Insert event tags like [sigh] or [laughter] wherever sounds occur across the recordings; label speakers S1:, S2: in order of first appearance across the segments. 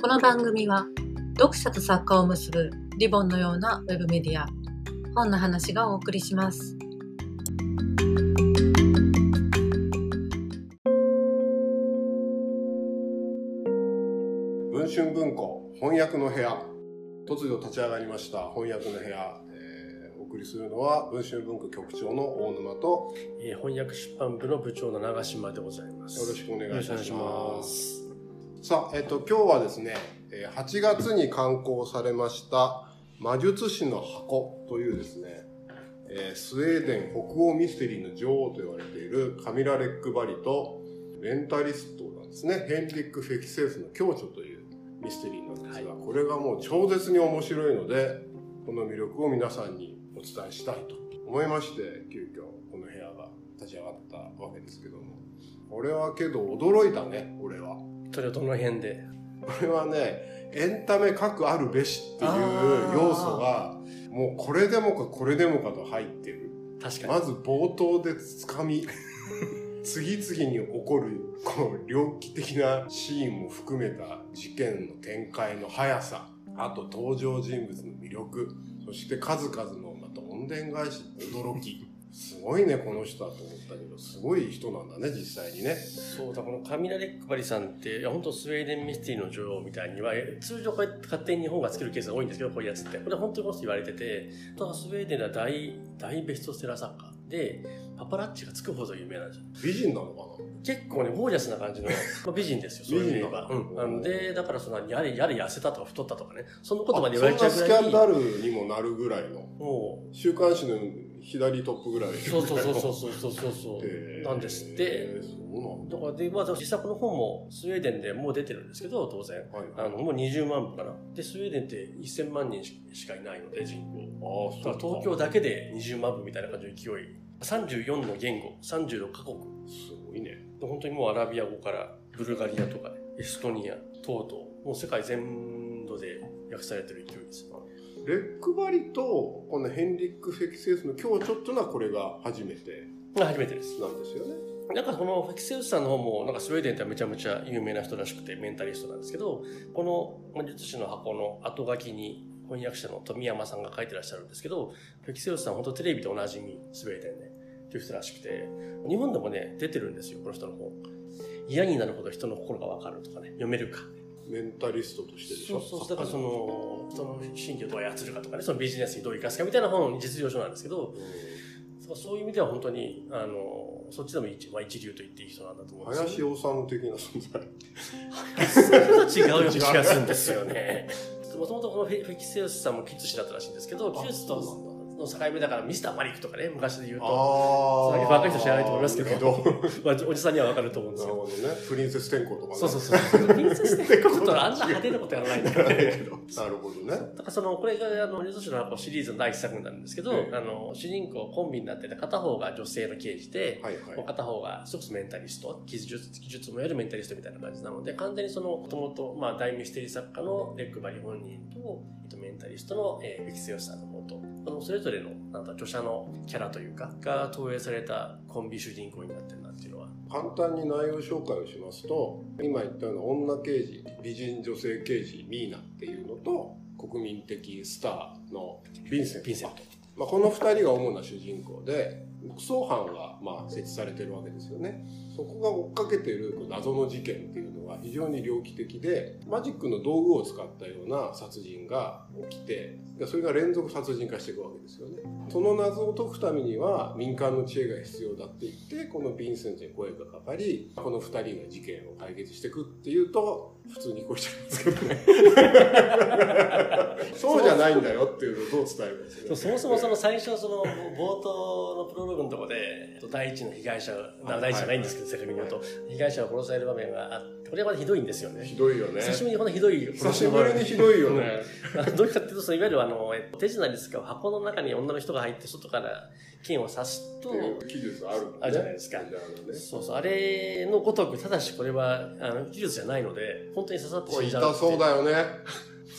S1: この番組は読者と作家を結ぶリボンのようなウェブメディア本の話がお送りします
S2: 文春文庫翻訳の部屋突如立ち上がりました翻訳の部屋、えーお送りするのは文春文庫局長の大沼と
S3: えー翻訳出版部の部長の長島でございます。
S2: よろしくお願いいたし
S3: よ
S2: ま
S3: ろしくお願いします
S2: さあ、えっと今日はですねえー8月に刊行されました「魔術師の箱」というですね、えースウェーデン北欧ミステリーの女王と言われているカミラ・レックバリとレンタリストなんですねヘンリック・フェキセウスの共著というミステリーなんですが、これがもう超絶に面白いのでこの魅力を皆さんにお伝えしたいと思いまして急遽この部屋が立ち上がったわけですけどもこれはけど驚いたね俺は。
S3: それはどの辺で
S2: これはねエンタメ各あるべしっていう要素がもうこれでもかこれでもかと入ってる
S3: 確か
S2: まず冒頭でつかみ [laughs] 次々に起こるこう猟奇的なシーンも含めた事件の展開の速さあと登場人物の魅力そして数々のまた音伝返しの驚きすごいねこの人はと思ったけどすごい人なんだね実際にね
S3: に。そうだ、このカミラ・レックバリさんって、いや、本当スウェーデンミステリーの女王みたいには、え通常こうやって勝手に日本が作るケースが多いんですけど、こういうやつって。これ本当にこう言われてて、ただスウェーデンでは大、大ベストセラー作家で、パパラッチがつくほど有名なんですよ。
S2: 美人なのかな
S3: 結構ね、ゴージャスな
S2: [laughs]
S3: 感じの、まあ、美人ですよ、そういう意味では。
S2: 美人
S3: うん。なので、だからその、やれ、やれ痩せたとか太ったとかね、そのことまで言わ
S2: そん
S3: れ
S2: な
S3: ちゃ
S2: ス
S3: うぐ
S2: キ
S3: ら
S2: ャン
S3: い、
S2: ダルにもなるぐらいの
S3: もう、
S2: 週刊誌の左トップぐらい
S3: そうそうそうそうそうそうそうそう。
S2: [laughs] へー
S3: なんですって
S2: そうなんだ
S3: だからで、まあ、実際この本もスウェーデンでもう出てるんですけど、当然。
S2: はい
S3: あの、もう20万部かな。で、スウェーデンって1000万人ししかいないので、人口。
S2: ああ
S3: だから東京だけで20万部みたいな感じの勢い。34の言語、36カ国。
S2: すごいね
S3: 本当にもうアラビア語から、ブルガリアとかね、エストニア、等々、もう世界全土で訳されてる勢いですよ。
S2: レックバリとこのヘンリック・フェキセウスの今日ちょっとのはこれが初めて
S3: が初めてです。
S2: なんですよね
S3: なんかこのフェキセウスさんの方もなんかスウェーデンってめちゃめちゃ有名な人らしくてメンタリストなんですけどこの魔術師の箱の後書きに翻訳者の富山さんが書いてらっしゃるんですけどフェキセウスさん本当テレビでおなじみスウェーデンで、っていう人らしくて日本でもね出てるんですよこの人の本嫌になるほど人の心がわかるとかね読めるか
S2: メンタリストとしてでし
S3: そ
S2: ょ
S3: うそうだからその人の心理をどう操るかとかねそのビジネスにどう生かすかみたいな本実用書なんですけ
S2: う
S3: ど
S2: ん
S3: そうそういう意味では本当にあのそっちでも一,、まあ、一流と言っていい人なんだと思うんですよね
S2: 林修的な存在
S3: それと違うような気がするんですよね。もともとこのフェフェキセウスさんもキッズ師だったらしいんですけど、
S2: あ
S3: キュース
S2: そ
S3: と
S2: う
S3: の境目だからミスターマリックとかね、昔で言うと、
S2: あ
S3: それだけ若い人知らないと思いますけど
S2: なる
S3: まあ、おじさんにはわかると思うんですけど。
S2: ほどねプリンセス天候とかね
S3: そうそうそう。プリンセスってちょっとあんな [laughs] 派手なことやらないんだ
S2: 知ら [laughs] ないけ
S3: け
S2: どなるほどね
S3: だからその、これが、あの、レズシの箱シリーズの第一作になるんですけど、
S2: ええ
S3: あの、主人公コンビになってて、片方が女性の刑事で、
S2: はいはい
S3: もう片方がそれこそメンタリスト技術技術もやるメンタリストみたいな感じなので完全にそのもともとまあ大ミステリー作家のレックバリ本人と、えっと、メンタリストの、えー、フィキセヨシさんの方とこのそれぞれのなんだ著者のキャラというかが投影されたコンビ主人公になってるなっていうのは
S2: 簡単に内容紹介をしますと今言ったような女刑事美人女性刑事ミーナっていうのと国民的スターのヴィンセント
S3: ヴィンセント
S2: まあ、この2人が主な主人公で副総班がまあ設置されてるわけですよねそこが追っかけてるこう謎の事件っていうのは非常に猟奇的でマジックの道具を使ったような殺人が起きてでそれが連続殺人化していくわけですよねその謎を解くためには民間の知恵が必要だって言ってこのヴィンセントに声がかかりこの2人が事件を解決していくっていうと普通にこうしちゃうんですけど [laughs] ねそうじゃないんだよっていうのをどう伝えるんですよね
S3: そもそもその最初その冒頭のプロローグのところでえっと第一の被害者
S2: は
S3: ない第一じゃないんですけど正確に言うと被害者を殺される場面があってこれはまだひどいんですよね
S2: ひどいよね。
S3: 久しぶりにこんなひどい
S2: 久しぶりにひどいよね。
S3: あ [laughs] のどういうかっていうとそのいわゆるあのえっと手品に使う箱の中に女の人が入って外から剣を刺すと
S2: っていう記述あるもんね。
S3: あるじゃないですか
S2: あるね
S3: そうそうあれのごとくただしこれはあの技術じゃないので本当に刺さって
S2: こう
S3: 死んじゃう
S2: 痛そうだよね。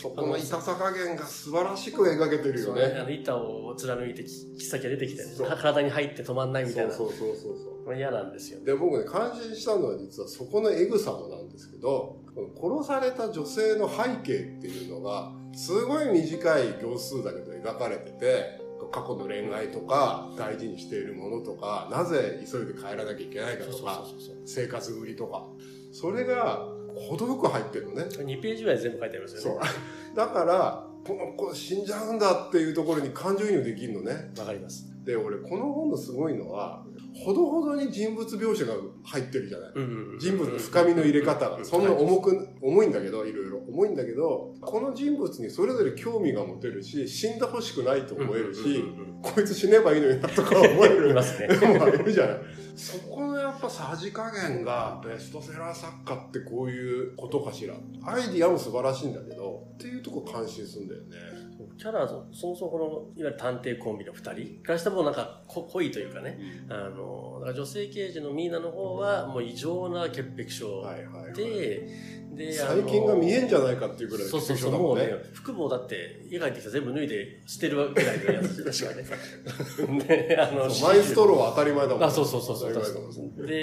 S2: そ
S3: こ
S2: この痛さ加減が素晴らしく描けてるよ
S3: そう
S2: ね。
S3: ねあの板を貫いて切っ先が出てきて
S2: そう
S3: 体に入って止まんないみたいな
S2: そうそうそうそうそ
S3: これ嫌なんですよ
S2: う。
S3: ね
S2: で僕ね感心したのは実はそこのエグさもなんですけどこの殺された女性の背景っていうのがすごい短い行数だけど描かれてて過去の恋愛とか大事にしているものとかなぜ急いで帰らなきゃいけないか
S3: そう
S2: と
S3: そう
S2: か
S3: そうそう
S2: 生活ぶりとかそれが程よく入ってるのね
S3: 2ページぐらい全部書いてあります
S2: そ
S3: よね
S2: うだからこの子死んじゃうんだっていうところに感情移入できるのね
S3: わかります
S2: で俺この本のすごいのはほどほどに人物描写が入ってるじゃない
S3: うんうんうん
S2: 人物の深みの入れ方
S3: う
S2: が
S3: う
S2: そんな重く重いんだけどいろいろ重いんだけどこの人物にそれぞれ興味が持てるし死んでほしくないと思えるし
S3: うんうんうん
S2: こいつ死ねばいいのになとか思え
S3: うんい
S2: る
S3: ま
S2: [laughs]
S3: すね [laughs]
S2: 人もいるじゃないそこのやっぱさじ加減がベストセラー作家ってこういうことかしらアイディアも素晴らしいんだけどっていうとこ感心するんだよね
S3: キャラはそそもそもこのいわゆる探偵コンビの2人からしてもなんかこ濃いというかねあのだから女性刑事のミーナの方はもう異常な潔癖症
S2: はいはいはい
S3: で、で
S2: 最近が見えんじゃ
S3: い
S2: ないかっていうぐらい
S3: そうそうそう
S2: だ
S3: も
S2: も
S3: うんね服もだって家帰ってきたら全部脱いで捨てるわけないのやつ確かね [laughs] であの
S2: そうマイストローは当たり前だもん
S3: あそうそうそうそう
S2: 当たり
S3: 確
S2: 前だもん
S3: かにで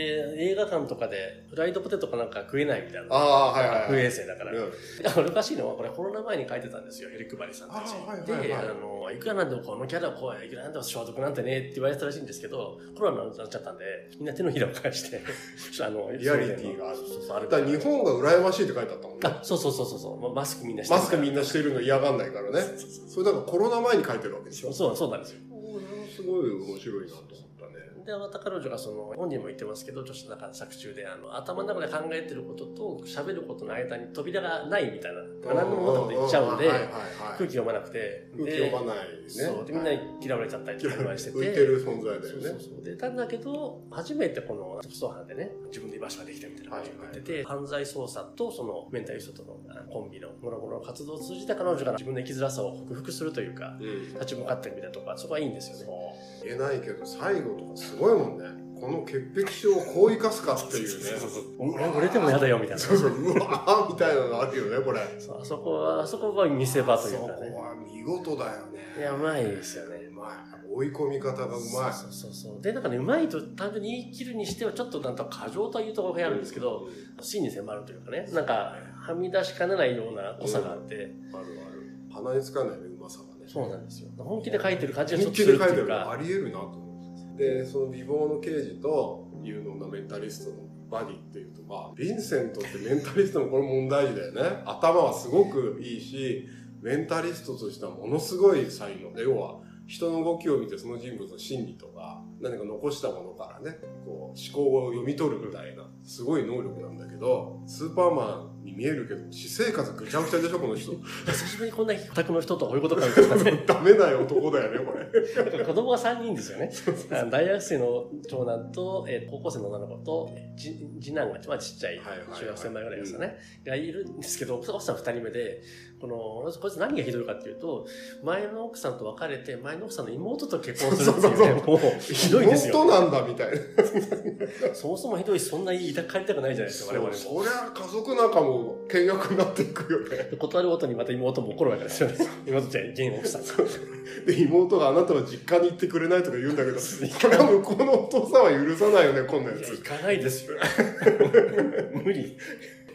S3: 映画館とかでフライドポテトかなんか食えないみたい
S2: あ
S3: な
S2: あはいはい、はい、
S3: 不衛生だから
S2: うん
S3: 俺おかしいのはこれコロナ前に書いてたんですよヘリクバリさんたち
S2: あはいはいはい
S3: であのいくらなんでもこのキャラ怖いいくらなんでも消毒なんてねって言われてたらしいんですけどコロナになっちゃったんでみんな手のひらを
S2: [laughs]
S3: 返してちょっとあの
S2: リアリティがある
S3: そうそうそうある
S2: だから日本が羨ましいって書いてあったもんね
S3: あそうそうそうそうそうまマスクみんなして
S2: マスクみんなしてるの嫌がんないからねそれだからコロナ前に書いてるわけでしょ
S3: そうそうなんですよ
S2: おーすごい面白いなと思ったね
S3: でまた彼女がその本人も言ってますけど女子の中の作中であの頭の中で考えてることと喋ることの間に扉がないみたいな何でも思ったこと言っちゃうんで
S2: はいはいはい
S3: 空気読まなくて
S2: 空気
S3: で
S2: 読まないね
S3: そうでみんな
S2: は
S3: に
S2: い
S3: 嫌われちゃったりとか
S2: 浮
S3: してて
S2: いてる存在だよ
S3: そうそう
S2: ね
S3: そうでたんだけど初めてこの特捜班でね自分の居場所ができたみたいな感じになってて、犯罪捜査とそのメンタリストとのあのコンビのもろもろの活動を通じて彼女が自分の生きづらさを克服するというか
S2: うん
S3: 立ち向かってるみたいなとこはそこはいいんですよね
S2: 言えないけど最後とかすごいもんねこの潔癖症をこう生かすかっていうね
S3: そうそうそう俺俺でも嫌だよみたいな
S2: そうそううわーみたいなのあるよねこれ
S3: そうあそこはあそこが見せ場とい
S2: そうこ
S3: かね
S2: は見事だよね
S3: いやうまいですよね
S2: うまい追い込み方がうまい
S3: そうそうそうでなんかねうまいと単純に言い切るにしてはちょっとなんと過剰というところがあるんですけど、真に迫るというかねなんかはみ出しかねないような濃さがあって、
S2: あるある鼻につかないうまさがね
S3: そうなんですよ本気で書いてる感じがちょ
S2: 本
S3: っと
S2: 気
S3: する
S2: で
S3: って
S2: 書いてる
S3: いう
S2: のあ
S3: か
S2: りえるなと思ってでその美貌の刑事と有能なメンタリストのバディっていうとまあヴィンセントってメンタリストもこれ問題児だよね頭はすごくいいしメンタリストとしてはものすごい才能で要は人の動きを見てその人物の心理とか何か残したものからねこう思考を読み取るみたいなすごい能力なんだけどスーパーマンに見えるけど私生活ぐちゃぐちゃでしょこの [laughs] 人
S3: 久しぶりにこんなオタクの人とこういうことかみたいな
S2: [laughs]
S3: ね
S2: ダメな男だよねこれ
S3: 子供が3人ですよねあの大学生の長男と、えー高校生の女の子とじ次男が、まあ、ちっちゃい
S2: はいはいはい
S3: 中学生前ぐらいですよね、がいるんですけど奥さん2人目でこのこいつ何がひどいかっていうと前の奥さんと別れて前の奥さんの妹と結婚するっていうねもうひどいですよ
S2: 本当なんだみたいな
S3: そもそもひどいしそんなに抱かれたくないじゃないですか我々も。
S2: そりゃ家族仲も険悪になっていくよね [laughs]
S3: で断るごとにまた妹も怒るわけですよね。妹ちゃん、現奥さんが。
S2: で妹があなたは実家に行ってくれないとか言うんだけどこれは向こうのお父さんは許さないよねこんなや
S3: いや、行
S2: つ
S3: かないですよ。 [laughs] 無理。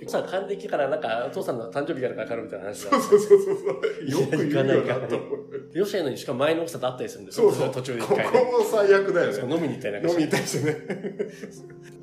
S3: さあ、還暦からなんか、お父さんの誕生日からかかるみたいな話
S2: そ
S3: だ
S2: う。そうそうそうよく
S3: い
S2: 言
S3: や
S2: う
S3: 行
S2: よ
S3: かない
S2: なと思う
S3: よしやのにしかも前の奥さんと会ったりするんです
S2: そ
S3: よ。
S2: うそう
S3: 途中で一
S2: ここ
S3: 回ね。
S2: も最悪だ
S3: そ
S2: よ
S3: う
S2: ね
S3: 飲みに行ったりなんか
S2: 飲みに
S3: して
S2: 対してね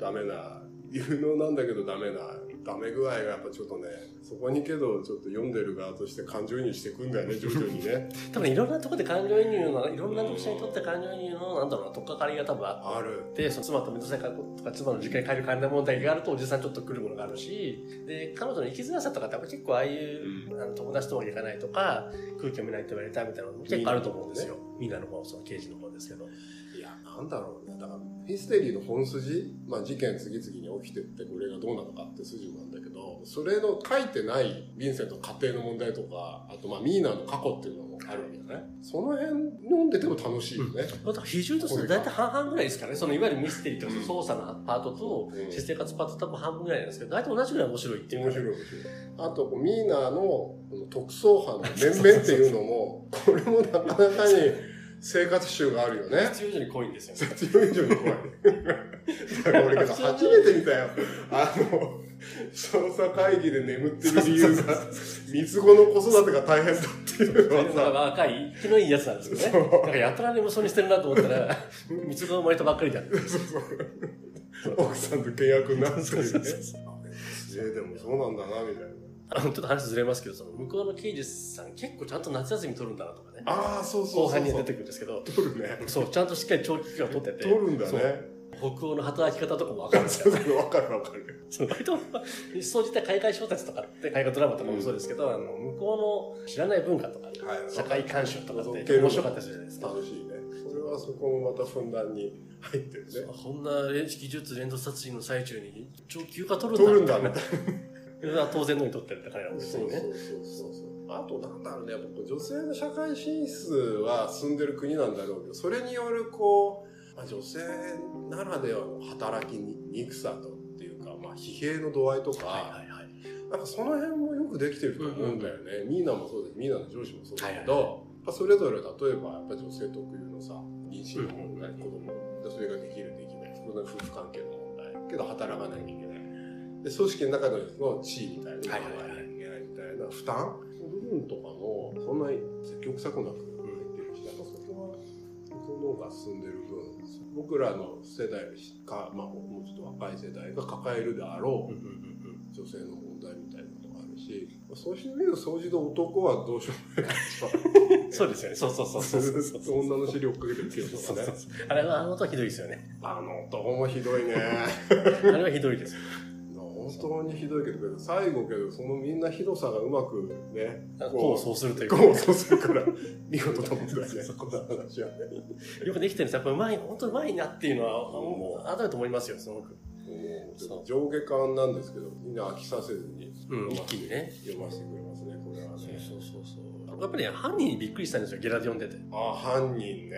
S2: [laughs] ダメな有能なんだけどダメなダメ具合がやっぱちょっとねそこにけどちょっと読んでる側として感情移入していくんだよね徐々にね
S3: 多分いろんなところで感情移入の、いろんな読者にとって感情移入の、なんだろうな、とっかかりが多分あ
S2: ある
S3: って、その妻とめんどくさい格好とか、妻の実家に帰る関連問題があると、おじさんちょっと来るものがあるし、で、彼女の生きづらさとかって、やっぱ結構ああいう、あの友達とも行かないとか、空気読めないって言われたみたいなのも結構あると思うんですよ。みんなの方、その刑事の方ですけど。
S2: いや、なんだろうね。だから、ミステリーの本筋、まあ事件次々に起きてって、これがどうなのかって筋なんだけど、それの書いてないヴィンセントの家庭の問題とか、あとまあミーナの過去っていうのもあるんだよね。その辺読んでても楽しいよね。
S3: また比重とすると大体半々ぐらいですからね、そのいわゆるミステリーとか
S2: うん
S3: 捜査のパートと
S2: うん、
S3: 私生活パート多分半分ぐらいなんですけど、大体同じぐらい面白いっていう。
S2: 面白い面白い。あと、こうミーナのこの特捜班の面々っていうのも、これもなかなかに、生活集があるよね。
S3: 必要以上に濃いんですよね。
S2: 必要以上に怖い。だから俺けど初めて見たよ。あの、捜査会議で眠ってる理由が、三つ子の子育てが大変だっていうのは
S3: なん
S2: さ、
S3: か若い、気のいいやつなんですけどね。なんかやたら眠そうにしてるなと思ったら、三つ子が生まれたばっかりだって。
S2: 奥さんと契約になって
S3: そう
S2: る
S3: そ
S2: ね
S3: う。そう
S2: えーでもそうなんだな、みたいな。
S3: あのちょっと話ずれますけど、その向こうの刑事さん結構ちゃんと夏休み取るんだなとかね。
S2: ああ、そうそうそうそう。
S3: 後半には出てくるんですけど、
S2: 取るね。
S3: そう、ちゃんとしっかり長期期間取ってて
S2: 取、るんだ
S3: そう
S2: ね。
S3: 北欧の働き方とかも分かるんです
S2: そう
S3: よ。
S2: そう、わかるわかる。
S3: [laughs] そう割と、一層自体海外小説とかって、海外ドラマとかもそうですけど、あの向こうの知らない文化とか、
S2: はい
S3: 社会観賞とかって
S2: そう
S3: 面白かったりするじゃないですか。
S2: 楽しいね。それはそこもまたふんだんに入ってるね。
S3: こんな連技術連続殺人の最中に長休暇取るんだ
S2: 取るんだ、みたいな。
S3: [laughs] それは当然のように取ってるって彼らも別
S2: そう
S3: に
S2: そう
S3: ね
S2: そうそうそうあとなんだろうねやっぱこう女性の社会進出は進んでる国なんだろうけどそれによるこう、まあ、女性ならではの働きに憎さとっていうか、まあ、疲弊の度合いとか、
S3: はいはいはい
S2: なんかその辺もよくできてると思うんだよね、ミーナもそうですミーナの上司もそうだけど、
S3: はいは
S2: まあそれぞれ例えばやっぱ女性特有のさ妊娠の問題、
S3: うん
S2: 子供でそれができるできないそこの夫婦関係の問題けど働かなきゃいけないで組織の中の地位みたいな
S3: は
S2: の
S3: い
S2: が
S3: はいはい
S2: なきゃいけないみたいな負担その部分とかもそんなに積極臭くなく入ってるし、やっぱそこは僕の方が進んでる分僕らの世代か、まあ、僕もちょっと若い世代が抱えるであろう、
S3: うんうんうん
S2: 女性の問題みたいなのがあるし、まあそうしてみると総じて男はどうしようもないから
S3: うんそうですよねそうそうそうそうそ
S2: さ
S3: う
S2: ずっと女の尻追っかけてるけ
S3: そ
S2: ど
S3: う
S2: ね
S3: そうそうあれはあの音はひどいですよね
S2: あの男もひどいね
S3: あれはひどいです
S2: 本当にひどいけど最後けどそのみんなひどさがうまくね
S3: こうそうするというか
S2: こうそうするから見事だもんだね
S3: そう
S2: この話はね
S3: よくできてるんですやっぱうまい本当うまいなっていうのは改めて思いますよすごく
S2: もう上下巻なんですけどみんな飽きさせずに
S3: うん一気にね
S2: 読ませてくれますねこれはね
S3: そうそうそうやっぱりね犯人にびっくりしたんですよゲラで読んでて
S2: あ犯人ね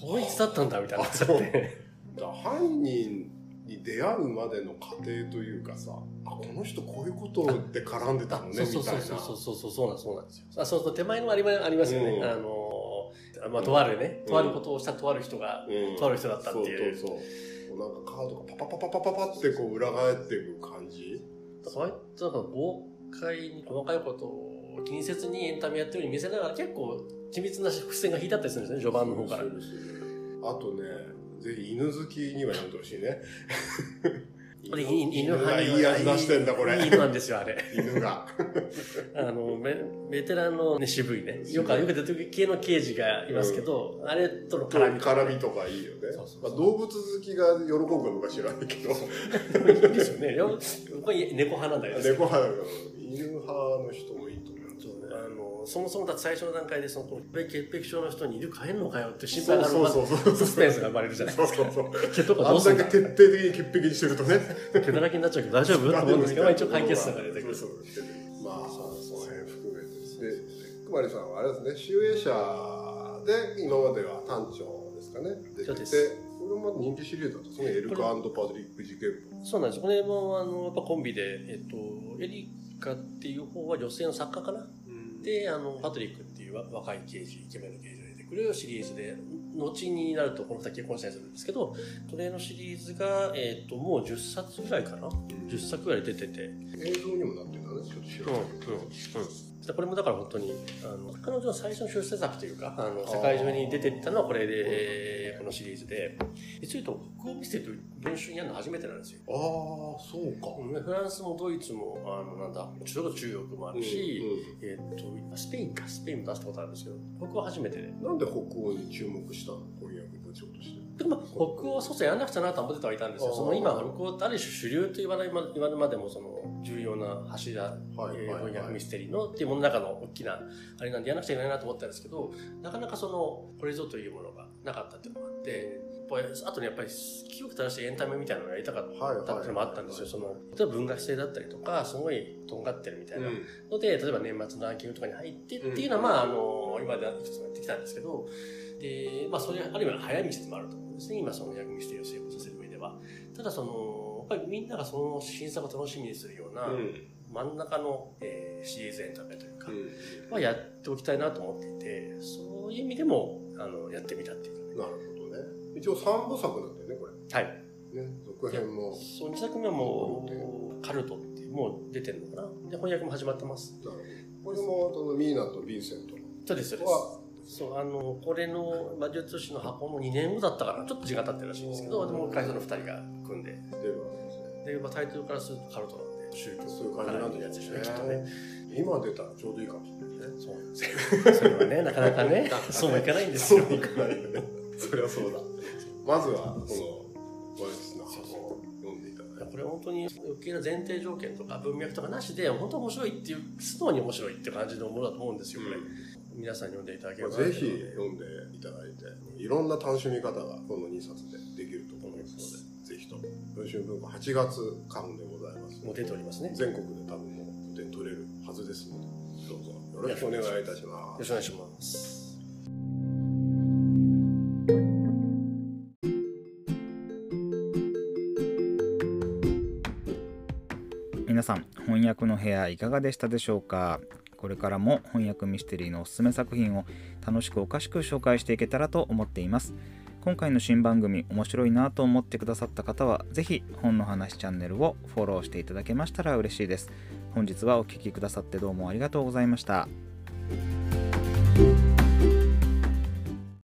S3: こいつだったんだみたいになっちゃっ [laughs]
S2: あそ
S3: て
S2: だ犯人に出会うまでの過程というかさあこの人こういうことで絡んでたのね
S3: そうそ
S2: み
S3: う
S2: たい
S3: そう
S2: な
S3: そうそうそうそうそうなんそうなんですよ。あそうそう手前のありありますよね。
S2: うん
S3: あのーまあとあるね、
S2: うん
S3: とあることをしたとある人が、
S2: うん
S3: とある人だったっていう。
S2: そうそうそうもうなんかカードがパパパパパパパってこう裏返っていく感じ
S3: そういったなんか豪快に細かいことを気にせずにエンタメやってるように見せながら結構緻密な伏線が引いたったりするんですね。序盤の方から
S2: す。るするあとねぜひ犬好きには読んでほしいね
S3: これいい犬
S2: がいい味出してんだこ
S3: いい
S2: れ
S3: 犬なんですよあれ。
S2: 犬が
S3: あのベベテランのね渋いね。よくよく出てくる系の刑事がいますけど、あれとの絡みとか
S2: 絡みとかいいよね
S3: そうそうそう
S2: まあ、動物好きが喜ぶかどうか知らないけど
S3: いいですよね。よこれ猫派なんだよね。
S2: 猫派だから犬派の人もいいと思う
S3: そうねあのそもそもだって最初の段階でそのこの潔癖症の人に「犬飼えんのかよ」って心配がある
S2: そうそうそうそう
S3: サスペンスが生まれるじゃない
S2: そう
S3: です
S2: そ
S3: か
S2: うそう。
S3: [laughs] 毛とか
S2: あ
S3: どうんす
S2: だ
S3: ん
S2: け
S3: だ
S2: 徹底的に潔癖にしてるとね。
S3: 毛だらけになっちゃうけど大丈夫と思うんですけど、まあ、一応解決策が出てくる
S2: そうそうまあ、その辺含めて。で、くまりさんはあれですね、集英社で今までは単調ですかね。出
S3: そう
S2: て
S3: で
S2: て
S3: す、
S2: これもまた人気シリーズだと、そのエルクパトリック事件簿。
S3: そうなんですこれもあのやっぱコンビで、えっと、エリカっていう方は女性の作家かなであのパトリックっていうわ若い刑事イケメンの刑事が出てくるシリーズで後になるとこの先結婚したりするんですけどそれのシリーズが、えっと、もう10冊ぐらいかな10作ぐらい出てて
S2: 映像にもなってるんだね、ちょっと知らないけど。
S3: でこれもだから本当にあの彼女の最初の出世作というかあの世界中に出てったのはこれで、えーこのシリーズで実は言うと北欧ミステリーという文集にやるの初めてなんですよ
S2: ああ、そうか。
S3: フランスもドイツもあのなんだ中国中国もあるし、えー、とスペインかスペインも出したことあるんですけど僕は初めてで
S2: うんなんで北欧に注目したの翻訳部長として。
S3: でもまあ北欧はそうそうやらなくちゃなとは思ってたはいたんですよ
S2: あー
S3: その今北欧ってある種主流と言わないま言われるまでもその重要な柱
S2: はい
S3: えー
S2: はいはい
S3: 翻訳ミステリーのっていうものの中の大きなあれなんでやらなくちゃいけないなと思ったんですけどなかなかそのこれぞというものがなかったっていうのがあってやっぱりあとねやっぱり清く正しいエンタメみたいなのをやりたかった
S2: はいはい
S3: っていうのもあったんですよその例えば文学性だったりとかすごいとんがってるみたいな
S2: うん
S3: ので例えば年末のランキングとかに入ってっていうのは、
S2: うん
S3: まああの今までいくつもやってきたんですけどで、まあ、それある意味早い道でもあると思うんですね今その役ミステリーを成功させる上ではただそのやっぱりみんながその審査を楽しみにするような
S2: うん。
S3: 真ん中の、えーシリーズエンタメというか、
S2: うん
S3: はやっておきたいなと思っていて、そういう意味でも、あの、やってみたっていうかね。
S2: なるほどね。一応三部作なんだよね、こ
S3: はい。
S2: れ。ね、続編も。
S3: そう、2作目はもう、カルトっていう、もう出てるのかな。で、翻訳も始まってます。
S2: なるほど。これも、そのミーナとヴィンセント
S3: そうです、そうで
S2: のは、
S3: す。そう、あの、これの魔術師の箱の2年後だったかな。ちょっと時間経ってるらしいんですけど、でもう一回その2人が組んで、
S2: 出るわけですね。
S3: で、まあ、タイトルからするとカルトなんで、宗教
S2: そういう感じなんだ
S3: や
S2: よ
S3: つ
S2: ね
S3: でしょうね、きっとね。
S2: 今出たらちょうどいいかもしれないね。
S3: そうなんですよ。それは [laughs] ね、なかなかね、そうもいかないんですよ。
S2: そういかないよね。そりゃそうだ。まずは、この、ワイスの箱を読んでいただい
S3: い
S2: て
S3: や。これ本当に余計な前提条件とか文脈とかなしで本当面白いっていう素直に面白いって感じのものだと思うんですよ、これ皆さんに読んでいただければな
S2: ぜひ読んでいただいて、いろんな楽しみ方がこの2冊でできると思いますので、ぜひとも。文春文庫8月刊でございます。
S3: もう出ておりますねよ
S2: 全国で多分もう点取れるはずですので、どうぞよろしくお願いいたしま
S3: ろし
S2: す。
S3: くお願いします
S4: 皆さん翻訳の部屋いかがでしたでしょうかこれからも翻訳ミステリーのおすすめ作品を楽しくおかしく紹介していけたらと思っています今回の新番組面白いなと思ってくださった方はぜひ本の話チャンネルをフォローしていただけましたら嬉しいです本日はお聴きくださってどうもありがとうございました